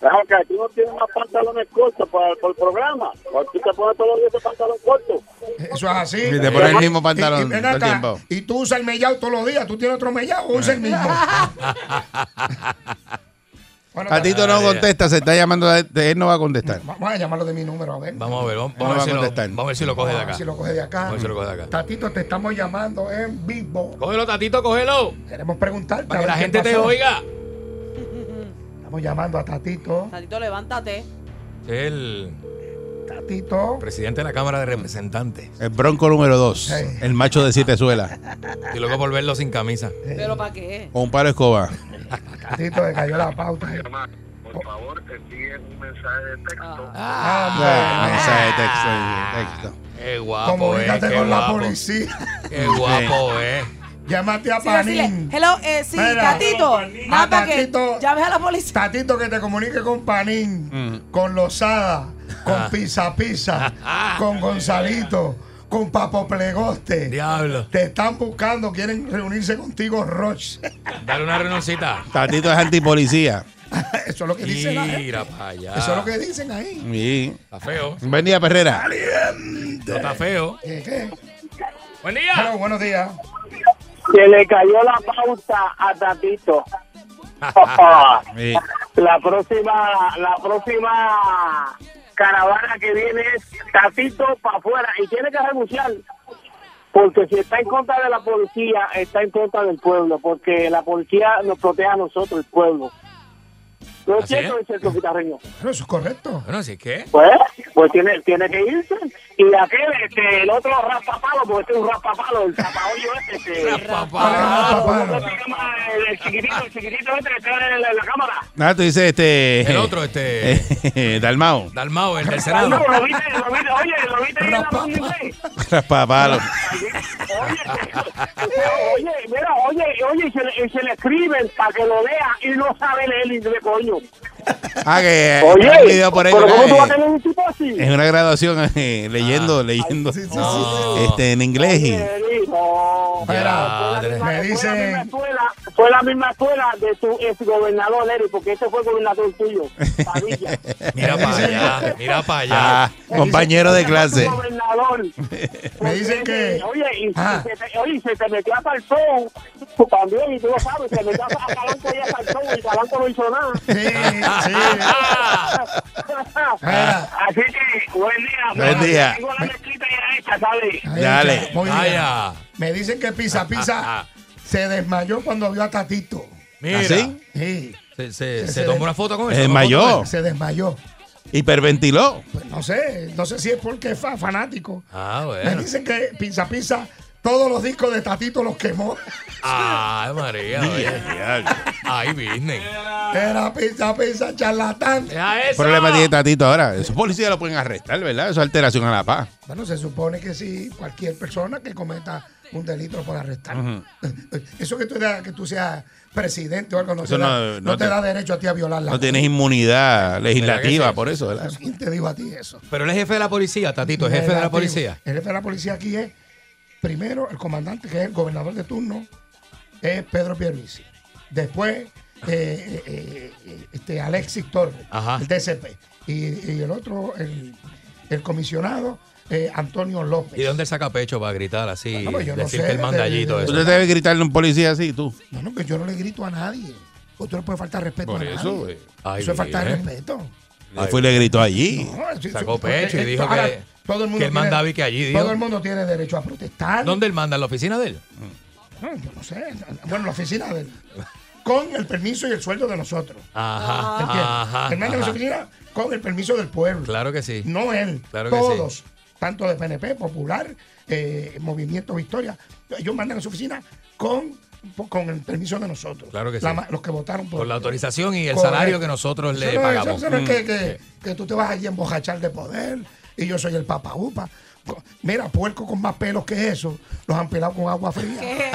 [SPEAKER 8] Acá, tú no tienes más pantalones cortos para, el programa. Tú te pones todos los días pantalones cortos.
[SPEAKER 4] Eso es así.
[SPEAKER 3] Y te pones el mismo
[SPEAKER 4] Y-
[SPEAKER 3] pantalón
[SPEAKER 4] y ven
[SPEAKER 3] todo el
[SPEAKER 4] acá,
[SPEAKER 3] tiempo.
[SPEAKER 4] Y tú usas el mellao todos los días. Tú tienes otro mellao o usas el mismo. Bueno,
[SPEAKER 3] Patito no contesta, se está llamando, de- él no va a contestar.
[SPEAKER 4] Vamos a llamarlo de mi número, a ver.
[SPEAKER 7] Vamos a ver, vamos,
[SPEAKER 3] No
[SPEAKER 7] vamos a,
[SPEAKER 3] va a
[SPEAKER 7] ver si lo,
[SPEAKER 3] contestar.
[SPEAKER 7] vamos a ver si lo coge de
[SPEAKER 4] A ver
[SPEAKER 7] acá.
[SPEAKER 4] Ah, si lo coge de acá.
[SPEAKER 7] Vamos a ver si lo coge de acá.
[SPEAKER 4] Tatito, te estamos llamando en vivo.
[SPEAKER 7] Cógelo, tatito, cógelo.
[SPEAKER 4] Queremos preguntarte. a
[SPEAKER 7] Para que
[SPEAKER 4] ver
[SPEAKER 7] la
[SPEAKER 4] qué
[SPEAKER 7] gente te
[SPEAKER 4] pasó.
[SPEAKER 7] oiga.
[SPEAKER 4] Estamos llamando a Tatito.
[SPEAKER 5] Tatito, levántate.
[SPEAKER 7] El
[SPEAKER 4] Tatito.
[SPEAKER 7] presidente de la Cámara de Representantes.
[SPEAKER 3] El bronco número 2,
[SPEAKER 4] Hey.
[SPEAKER 3] el macho de siete suelas,
[SPEAKER 7] Y luego volverlo sin camisa.
[SPEAKER 5] ¿Pero para qué?
[SPEAKER 3] o un palo de escoba.
[SPEAKER 4] Tatito, le cayó la pauta.
[SPEAKER 8] Por favor, envíe un mensaje de texto.
[SPEAKER 4] Ah.
[SPEAKER 3] Ah, mensaje de texto, texto.
[SPEAKER 7] Qué guapo,
[SPEAKER 4] Comunícate
[SPEAKER 7] eh, eh. Qué
[SPEAKER 4] con la
[SPEAKER 7] guapo.
[SPEAKER 4] policía.
[SPEAKER 7] Qué guapo, eh.
[SPEAKER 4] Llámate a
[SPEAKER 5] Sí, decirle,
[SPEAKER 4] Panín.
[SPEAKER 5] hello, eh, sí,
[SPEAKER 4] Mira.
[SPEAKER 5] Tatito.
[SPEAKER 4] Panín.
[SPEAKER 5] Nada
[SPEAKER 4] Ah,
[SPEAKER 5] para que
[SPEAKER 4] Tatito.
[SPEAKER 5] llames a la policía.
[SPEAKER 4] Tatito que te comunique con Panín,
[SPEAKER 7] Mm.
[SPEAKER 4] con Lozada,
[SPEAKER 7] Ah.
[SPEAKER 4] con Pizza Pizza, con Gonzalito, con Papo Plegoste.
[SPEAKER 7] Diablo.
[SPEAKER 4] Te están buscando, quieren reunirse contigo, Roche.
[SPEAKER 7] Dale una renoncita.
[SPEAKER 3] Tatito es antipolicía.
[SPEAKER 4] Eso es lo que dicen la gente.
[SPEAKER 7] Mira para allá.
[SPEAKER 4] Eso es lo que dicen ahí.
[SPEAKER 3] Sí.
[SPEAKER 7] Está feo.
[SPEAKER 3] Buen día, Ferrera.
[SPEAKER 7] No está feo.
[SPEAKER 4] ¿Qué, qué?
[SPEAKER 7] Buen día.
[SPEAKER 4] Hello, buenos días.
[SPEAKER 8] Se le cayó la pauta a Tatito.
[SPEAKER 3] Sí.
[SPEAKER 8] La próxima, la próxima caravana que viene es Tatito para afuera y tiene que renunciar. Porque si está en contra de la policía, está en contra del pueblo, porque la policía nos protege a nosotros, el pueblo. ¿No es
[SPEAKER 7] Así
[SPEAKER 8] cierto,
[SPEAKER 7] es.
[SPEAKER 8] es cierto, guitarreño?
[SPEAKER 4] Bueno, eso es correcto.
[SPEAKER 7] Bueno, así que.
[SPEAKER 8] Pues, pues tiene, tiene que irse. Y aquel, este, el otro raspapalo, porque este es un raspapalo, el tapaollo este, este.
[SPEAKER 7] Papá.
[SPEAKER 3] Ah,
[SPEAKER 8] ¿Cómo se llama
[SPEAKER 9] eh,
[SPEAKER 8] el, el chiquitito, el chiquitito este que está en la, en la cámara?
[SPEAKER 3] Ah, tú dices este. eh,
[SPEAKER 7] El otro, este-
[SPEAKER 3] Dalmao.
[SPEAKER 7] Dalmao, el del
[SPEAKER 3] Ah,
[SPEAKER 8] No,
[SPEAKER 7] Senado.
[SPEAKER 8] lo viste, lo viste, oye, lo viste ahí en la mano, ¿sí?
[SPEAKER 3] Raspapalo.
[SPEAKER 8] Oye, oye, mira, oye, oye, y se le, y se le escriben para que lo lea y no sabe leer el inglés, coño.
[SPEAKER 3] Ah, que eh,
[SPEAKER 9] Oye,
[SPEAKER 3] hay un video por ahí,
[SPEAKER 9] pero
[SPEAKER 3] ¿verdad?
[SPEAKER 9] ¿cómo tú vas a
[SPEAKER 3] Eh,
[SPEAKER 9] tener un tipo así?
[SPEAKER 3] en una graduación eh, leyendo, leyendo
[SPEAKER 4] sí, sí, sí,
[SPEAKER 7] sí.
[SPEAKER 3] este en inglés. y-
[SPEAKER 9] Oye, no.
[SPEAKER 4] Espera,
[SPEAKER 7] Madre.
[SPEAKER 4] me
[SPEAKER 9] Fue la misma
[SPEAKER 4] dicen,
[SPEAKER 9] escuela, fue la misma escuela de tu ex gobernador, Eric, porque ese fue el gobernador tuyo, Padilla.
[SPEAKER 7] Mira para allá, mira para allá.
[SPEAKER 3] Ah, compañero de clase.
[SPEAKER 9] Tu gobernador.
[SPEAKER 4] Me dicen que-
[SPEAKER 9] Oye, y,
[SPEAKER 4] Ah.
[SPEAKER 9] y se te, oye, y se te metió a Salsón tú también, y tú lo sabes, se metió a Calanco y a Salsón, y Calanco no hizo nada.
[SPEAKER 4] sí, sí. Espera,
[SPEAKER 9] Así que, buen día.
[SPEAKER 3] Ah. Buen día.
[SPEAKER 9] Tengo la mezquita ya hecha, ¿sabes?
[SPEAKER 4] ahí
[SPEAKER 3] Dale.
[SPEAKER 4] está, muy bien.
[SPEAKER 7] Vaya.
[SPEAKER 4] Me dicen que Pisa
[SPEAKER 7] Ah,
[SPEAKER 4] Pisa se desmayó cuando vio a Tatito.
[SPEAKER 7] Mira.
[SPEAKER 3] ¿Así?
[SPEAKER 4] Sí,
[SPEAKER 7] Se, se-
[SPEAKER 4] Se-
[SPEAKER 7] se
[SPEAKER 4] se-
[SPEAKER 7] tomó una foto con él. ¿Se
[SPEAKER 3] Eh,
[SPEAKER 7] tomó
[SPEAKER 3] mayor.
[SPEAKER 7] foto con él?
[SPEAKER 4] se desmayó.
[SPEAKER 3] Hiperventiló.
[SPEAKER 4] Pues no sé, no sé si es porque es fa- fanático.
[SPEAKER 7] Ah,
[SPEAKER 4] Me
[SPEAKER 7] bueno.
[SPEAKER 4] dicen que Pisa Pisa todos los discos de Tatito los quemó.
[SPEAKER 7] Ay, María. oye. Ay, business.
[SPEAKER 4] Era Pisa Pisa charlatán.
[SPEAKER 7] Deja eso.
[SPEAKER 3] Problema tiene Tatito ahora. Esos policías lo pueden arrestar, ¿verdad? Eso es alteración a la paz.
[SPEAKER 4] Bueno, se supone que sí, cualquier persona que cometa un delito lo puede arrestar. Eso que tú, da- que tú seas presidente o algo no,
[SPEAKER 3] Eso
[SPEAKER 4] te, da,
[SPEAKER 3] no-
[SPEAKER 4] no
[SPEAKER 3] no
[SPEAKER 4] te
[SPEAKER 3] te-
[SPEAKER 4] da derecho a ti a violar la
[SPEAKER 3] No tienes inmunidad legislativa por eso, ¿verdad?
[SPEAKER 4] ¿Quién te dijo a ti eso?
[SPEAKER 7] Pero él es jefe de la policía, Tatito, es jefe de la
[SPEAKER 4] Relativo.
[SPEAKER 7] policía.
[SPEAKER 4] El jefe de la policía aquí es, primero, el comandante, que es el gobernador de turno, es Pedro Pierluisi. Después, eh, eh, eh, este Alexis Torres,
[SPEAKER 7] Ajá.
[SPEAKER 4] el DCP. Y, y el otro, el, el comisionado, eh, Antonio López.
[SPEAKER 7] ¿Y dónde saca pecho para gritar así?
[SPEAKER 4] Ah, no, yo no
[SPEAKER 7] decir
[SPEAKER 4] sé,
[SPEAKER 7] que el mandallito
[SPEAKER 4] de-
[SPEAKER 7] eso.
[SPEAKER 3] Usted debe gritarle a un policía así, tú.
[SPEAKER 4] No, no, que yo no le grito a nadie. Usted no puede faltar respeto
[SPEAKER 3] Por
[SPEAKER 4] a nadie.
[SPEAKER 3] eso, eh.
[SPEAKER 7] Ay,
[SPEAKER 4] eso es falta de
[SPEAKER 7] bien.
[SPEAKER 4] respeto.
[SPEAKER 3] Le fue y le gritó allí.
[SPEAKER 4] No, eso-
[SPEAKER 7] Sacó
[SPEAKER 4] eso-
[SPEAKER 7] pecho y
[SPEAKER 4] eh,
[SPEAKER 7] dijo
[SPEAKER 4] ahora,
[SPEAKER 7] que-
[SPEAKER 4] todo el mundo
[SPEAKER 7] que él
[SPEAKER 4] tiene-
[SPEAKER 7] mandaba y que allí, dijo.
[SPEAKER 4] Todo el mundo tiene derecho a protestar.
[SPEAKER 7] ¿Dónde él manda? ¿En la oficina de él?
[SPEAKER 4] No, yo no sé. Bueno, la oficina de él. Con el permiso y el sueldo de nosotros.
[SPEAKER 7] Ajá,
[SPEAKER 4] ¿Entiendes?
[SPEAKER 7] ajá,
[SPEAKER 4] Ah. Él manda la
[SPEAKER 7] ajá.
[SPEAKER 4] oficina con el permiso del pueblo.
[SPEAKER 7] Claro que sí.
[SPEAKER 4] No él.
[SPEAKER 7] Claro que
[SPEAKER 4] todos. Tanto de PNP, Popular, eh, Movimiento Victoria. Ellos mandan a su oficina con, con el permiso de nosotros.
[SPEAKER 7] Claro que
[SPEAKER 4] La
[SPEAKER 7] sí.
[SPEAKER 4] ma- los que votaron por
[SPEAKER 7] Con la autorización y el
[SPEAKER 4] Correcto.
[SPEAKER 7] salario que nosotros
[SPEAKER 4] Eso
[SPEAKER 7] le
[SPEAKER 4] no es-
[SPEAKER 7] pagamos. Mm,
[SPEAKER 4] Eso no es que, que- que tú te vas allí a embojachar de poder y yo soy el papa upa. Co- Mira, puerco con más pelos que eso, los han pelado con agua fría.
[SPEAKER 5] ¿Qué es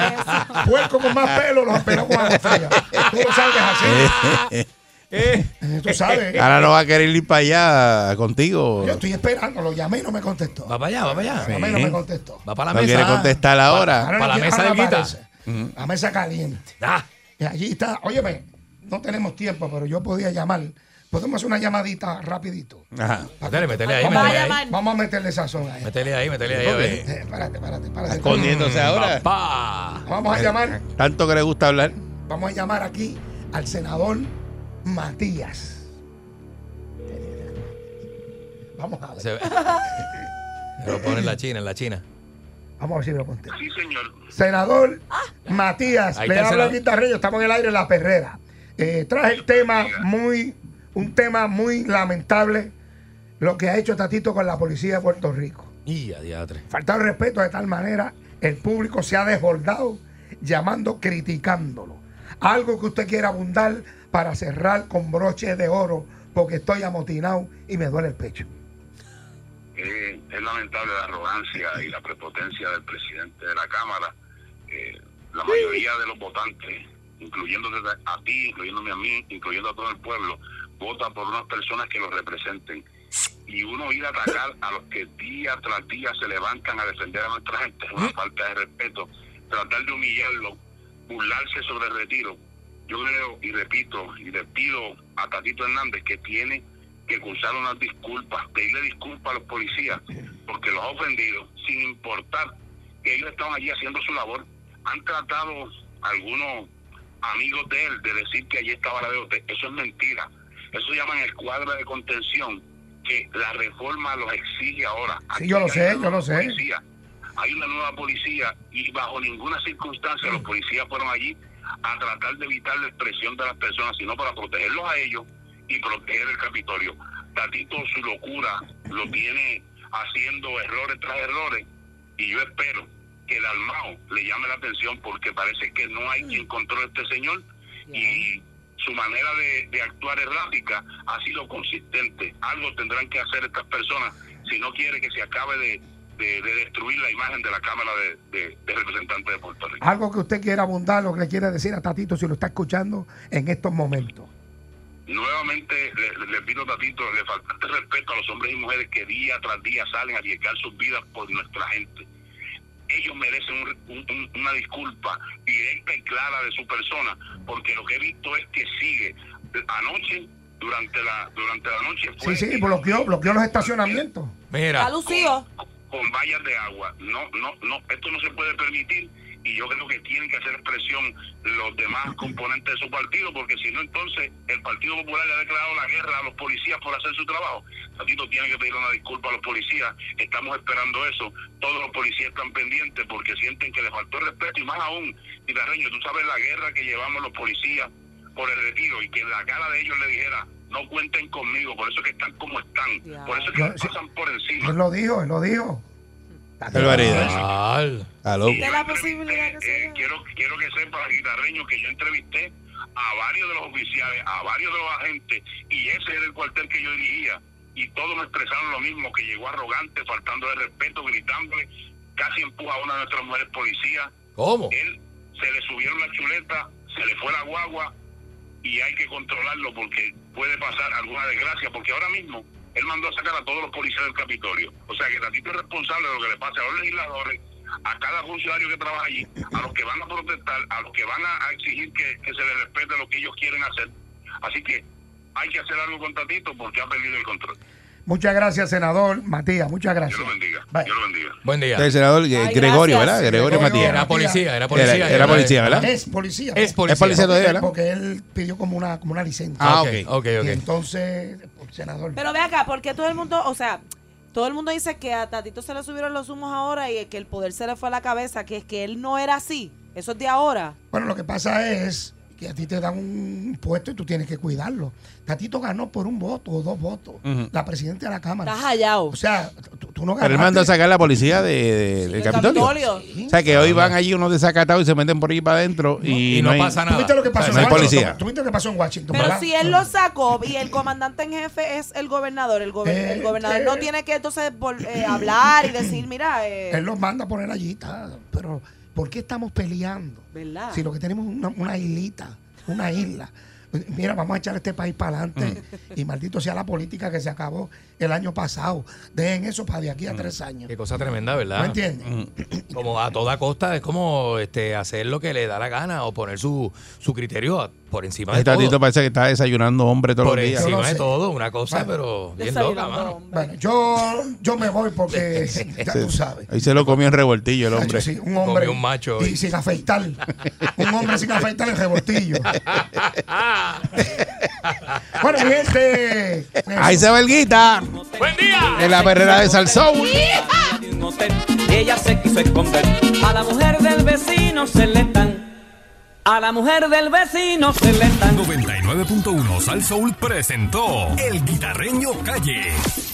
[SPEAKER 5] eso?
[SPEAKER 4] Puerco con más pelos, los han pelado con agua fría. Tú lo sabes así. Eh, Tú sabes.
[SPEAKER 3] Ahora no va a querer ir para allá contigo.
[SPEAKER 4] Yo estoy esperando, lo llamé y no me contestó.
[SPEAKER 7] Va para allá, va para allá.
[SPEAKER 4] Llamé y no me contestó.
[SPEAKER 7] Pues, Va para la
[SPEAKER 3] No
[SPEAKER 7] mesa.
[SPEAKER 3] quiere contestar
[SPEAKER 4] Ahora
[SPEAKER 3] ahora.
[SPEAKER 4] no
[SPEAKER 7] para la
[SPEAKER 4] quiere-
[SPEAKER 7] mesa
[SPEAKER 4] ahora
[SPEAKER 7] de guita.
[SPEAKER 4] aparece. La mesa caliente.
[SPEAKER 7] Ah,
[SPEAKER 4] Y allí está, óyeme, no tenemos tiempo, pero yo podía llamar. Podemos hacer una llamadita rapidito.
[SPEAKER 3] Ajá.
[SPEAKER 7] métele, Pues métele ahí,
[SPEAKER 5] Vamos a
[SPEAKER 7] métele ahí.
[SPEAKER 5] llamar.
[SPEAKER 4] Vamos a meterle sazón a esto.
[SPEAKER 7] Métele ahí, métele ahí. a ver. Mm,
[SPEAKER 4] Eh, espérate, espérate, espérate.
[SPEAKER 3] Escondiéndose ahora.
[SPEAKER 7] Papá.
[SPEAKER 4] Vamos a llamar,
[SPEAKER 3] Tanto que le gusta hablar.
[SPEAKER 4] vamos a llamar aquí al senador Matías. Vamos a ver,
[SPEAKER 7] Se ve. Se lo pone en la China, en la China.
[SPEAKER 4] vamos a ver si me lo conté.
[SPEAKER 9] Sí, señor.
[SPEAKER 4] Senador Matías,
[SPEAKER 7] Ahí
[SPEAKER 4] le
[SPEAKER 7] está el
[SPEAKER 4] habla
[SPEAKER 7] senador.
[SPEAKER 4] Guitarreño, estamos en el aire en la perrera. Eh, traje el tema muy, un tema muy lamentable, lo que ha hecho Tatito con la policía de Puerto Rico.
[SPEAKER 7] Y a diatre.
[SPEAKER 4] faltado el respeto de tal manera, el público se ha desbordado llamando, criticándolo. Algo que usted quiera abundar para cerrar con broche de oro, porque estoy amotinado y me duele el pecho.
[SPEAKER 9] Eh, es lamentable la arrogancia y la prepotencia del presidente de la Cámara. Eh, la mayoría de los votantes, incluyéndote a ti, incluyéndome a mí, incluyendo a todo el pueblo, vota por unas personas que los representen. Y uno ir a atacar a los que día tras día se levantan a defender a nuestra gente es una falta de respeto. Tratar de humillarlo, burlarse sobre el retiro. Yo creo, y repito, y le pido a Tatito Hernández que tiene que cursar unas disculpas, pedirle disculpas a los policías, porque los ha ofendido, sin importar que ellos estaban allí haciendo su labor. Han tratado algunos amigos de él de decir que allí estaba la DOT. Eso es mentira. Eso llaman escuadra de contención, que la reforma los exige ahora.
[SPEAKER 4] Sí, yo lo
[SPEAKER 9] Aquí
[SPEAKER 4] sé,
[SPEAKER 9] hay una
[SPEAKER 4] yo lo
[SPEAKER 9] nueva
[SPEAKER 4] sé.
[SPEAKER 9] policía. Hay una nueva policía y bajo ninguna circunstancia los policías fueron allí a tratar de evitar la expresión de las personas, sino para protegerlos a ellos y proteger el Capitolio. Tatito su locura lo tiene haciendo errores tras errores y yo espero que el Almao le llame la atención porque parece que no hay quien controle a este señor y su manera de, de actuar errática ha sido consistente. Algo tendrán que hacer estas personas si no quiere que se acabe de, de- de destruir la imagen de la Cámara de, de- de Representantes de Puerto Rico.
[SPEAKER 4] Algo que usted quiera abundar, lo que le quiere decir a Tatito si lo está escuchando en estos momentos.
[SPEAKER 9] Nuevamente le- les pido tatito, le faltaste respeto a los hombres y mujeres que día tras día salen a arriesgar sus vidas por nuestra gente. Ellos merecen un- un- un- una disculpa directa y clara de su persona, porque lo que he visto es que sigue anoche durante la durante la noche
[SPEAKER 4] Sí,
[SPEAKER 9] fue
[SPEAKER 4] sí, bloqueó, bloqueó los estacionamientos.
[SPEAKER 7] Mira,
[SPEAKER 5] Está lucido.
[SPEAKER 9] con vallas de agua. No, no, no, esto no se puede permitir y yo creo que tienen que hacer presión los demás componentes de su partido porque si no entonces el Partido Popular le ha declarado la guerra a los policías por hacer su trabajo. Tatito tiene que pedir una disculpa a los policías, estamos esperando eso, todos los policías están pendientes porque sienten que les faltó el respeto y más aún, Guitarreño, tú sabes la guerra que llevamos los policías por el retiro y que en la cara de ellos le dijera no cuenten conmigo, por eso es que están como están, por eso es que
[SPEAKER 4] Ya.
[SPEAKER 9] les pasan por encima.
[SPEAKER 4] Él lo dijo, él lo dijo.
[SPEAKER 3] Qué barbaridad.
[SPEAKER 7] al-
[SPEAKER 3] Está loco.
[SPEAKER 5] De la posibilidad que
[SPEAKER 9] Eh,
[SPEAKER 5] se haga.
[SPEAKER 9] quiero, quiero que sepa, guitarreño, que yo entrevisté a varios de los oficiales, a varios de los agentes, y ese era el cuartel que yo dirigía. Y todos me expresaron lo mismo, que llegó arrogante, faltando de respeto, gritándole, casi empuja a una de nuestras mujeres policías.
[SPEAKER 7] ¿cómo?
[SPEAKER 9] Él se le subieron la chuleta, se le fue la guagua, y hay que controlarlo porque puede pasar alguna desgracia, porque ahora mismo él mandó a sacar a todos los policías del Capitolio. O sea que Tatito es responsable de lo que le pase a los legisladores, a cada funcionario que trabaja allí, a los que van a protestar, a los que van a, a exigir que, que se les respete lo que ellos quieren hacer. Así que hay que hacer algo con Tatito porque ha perdido el control.
[SPEAKER 4] Muchas gracias, senador Matías. Muchas
[SPEAKER 9] Dios
[SPEAKER 4] gracias.
[SPEAKER 9] lo bendiga.
[SPEAKER 4] Bye.
[SPEAKER 9] Dios lo bendiga.
[SPEAKER 7] Buen día.
[SPEAKER 3] El senador eh,
[SPEAKER 5] Ay,
[SPEAKER 3] Gregorio,
[SPEAKER 5] gracias.
[SPEAKER 3] ¿verdad? Gregorio
[SPEAKER 4] Gregorio
[SPEAKER 3] Matías.
[SPEAKER 7] Era policía, era policía.
[SPEAKER 3] Era- era policía, ¿verdad?
[SPEAKER 4] Es policía.
[SPEAKER 7] Es
[SPEAKER 4] ¿no?
[SPEAKER 7] policía.
[SPEAKER 3] Es policía todavía, ¿verdad?
[SPEAKER 4] Porque él pidió como una, como una licencia.
[SPEAKER 3] Ah, ok.
[SPEAKER 7] ok, ok,
[SPEAKER 4] Y
[SPEAKER 7] ok.
[SPEAKER 4] entonces, por senador.
[SPEAKER 5] Pero ve acá, porque todo el mundo, o sea, todo el mundo dice que a Tatito se le subieron los humos ahora y que el poder se le fue a la cabeza, que es que él no era así. Eso es de ahora.
[SPEAKER 4] Bueno, lo que pasa es que a ti te dan un puesto y tú tienes que cuidarlo. Tatito ganó por un voto o dos votos. La presidenta de la Cámara.
[SPEAKER 5] Estás hallado.
[SPEAKER 4] O sea, tú, tú no
[SPEAKER 3] Pero
[SPEAKER 4] ganaste.
[SPEAKER 3] él manda a sacar a la policía de, de- del
[SPEAKER 5] del
[SPEAKER 3] Capitolio.
[SPEAKER 5] Capitolio.
[SPEAKER 3] O sea, que hoy van allí unos desacatados y se meten por ahí para adentro y,
[SPEAKER 7] Y no pasa
[SPEAKER 4] ¿Tú
[SPEAKER 7] nada.
[SPEAKER 4] viste lo que pasó
[SPEAKER 3] No hay
[SPEAKER 4] en Washington?
[SPEAKER 3] policía.
[SPEAKER 4] ¿Tú viste lo que pasó en Washington?
[SPEAKER 5] Pero
[SPEAKER 4] verdad?
[SPEAKER 5] si él lo sacó y el comandante en jefe es el gobernador, el, gober-
[SPEAKER 4] Eh,
[SPEAKER 5] el gobernador
[SPEAKER 4] eh.
[SPEAKER 5] no tiene que entonces vol- eh, hablar y decir, mira, eh,
[SPEAKER 4] Él los manda a poner allí. está. Pero, ¿por qué estamos peleando?
[SPEAKER 5] ¿verdad?
[SPEAKER 4] Si lo que tenemos es una, una islita, una isla. Mira, vamos a echar este país para adelante. Y maldito sea la política que se acabó el año pasado. Dejen eso para de aquí a tres años.
[SPEAKER 7] Qué cosa tremenda,
[SPEAKER 4] ¿No
[SPEAKER 7] ¿verdad?
[SPEAKER 4] entiendes?
[SPEAKER 7] Como a toda costa, es como este, hacer lo que le da la gana o poner su, su criterio a- por encima de
[SPEAKER 3] Este tatito
[SPEAKER 7] todo.
[SPEAKER 3] parece que está desayunando hombre todos
[SPEAKER 7] Por
[SPEAKER 3] los días.
[SPEAKER 4] Yo no
[SPEAKER 7] encima
[SPEAKER 4] sé.
[SPEAKER 7] de todo, una cosa, pero bien loca,
[SPEAKER 5] Desayunando,
[SPEAKER 7] mano.
[SPEAKER 5] hombre.
[SPEAKER 4] Bueno, yo, yo me voy porque ya tú sabes.
[SPEAKER 3] Ahí se lo comió en revoltillo el hombre.
[SPEAKER 4] Sí, un hombre
[SPEAKER 7] Comió un macho
[SPEAKER 4] y
[SPEAKER 7] hoy.
[SPEAKER 4] sin afeitar. un hombre sin afeitar el revoltillo.
[SPEAKER 7] Ah,
[SPEAKER 4] bueno, mi gente.
[SPEAKER 3] Ahí se va el guita. Buen día. En la perrera de Salsoul.
[SPEAKER 1] Ella se quiso esconder. A la mujer del vecino se le están. A la mujer del vecino se le están.
[SPEAKER 6] 99.1 Sal Soul presentó El Guitarreño Calle.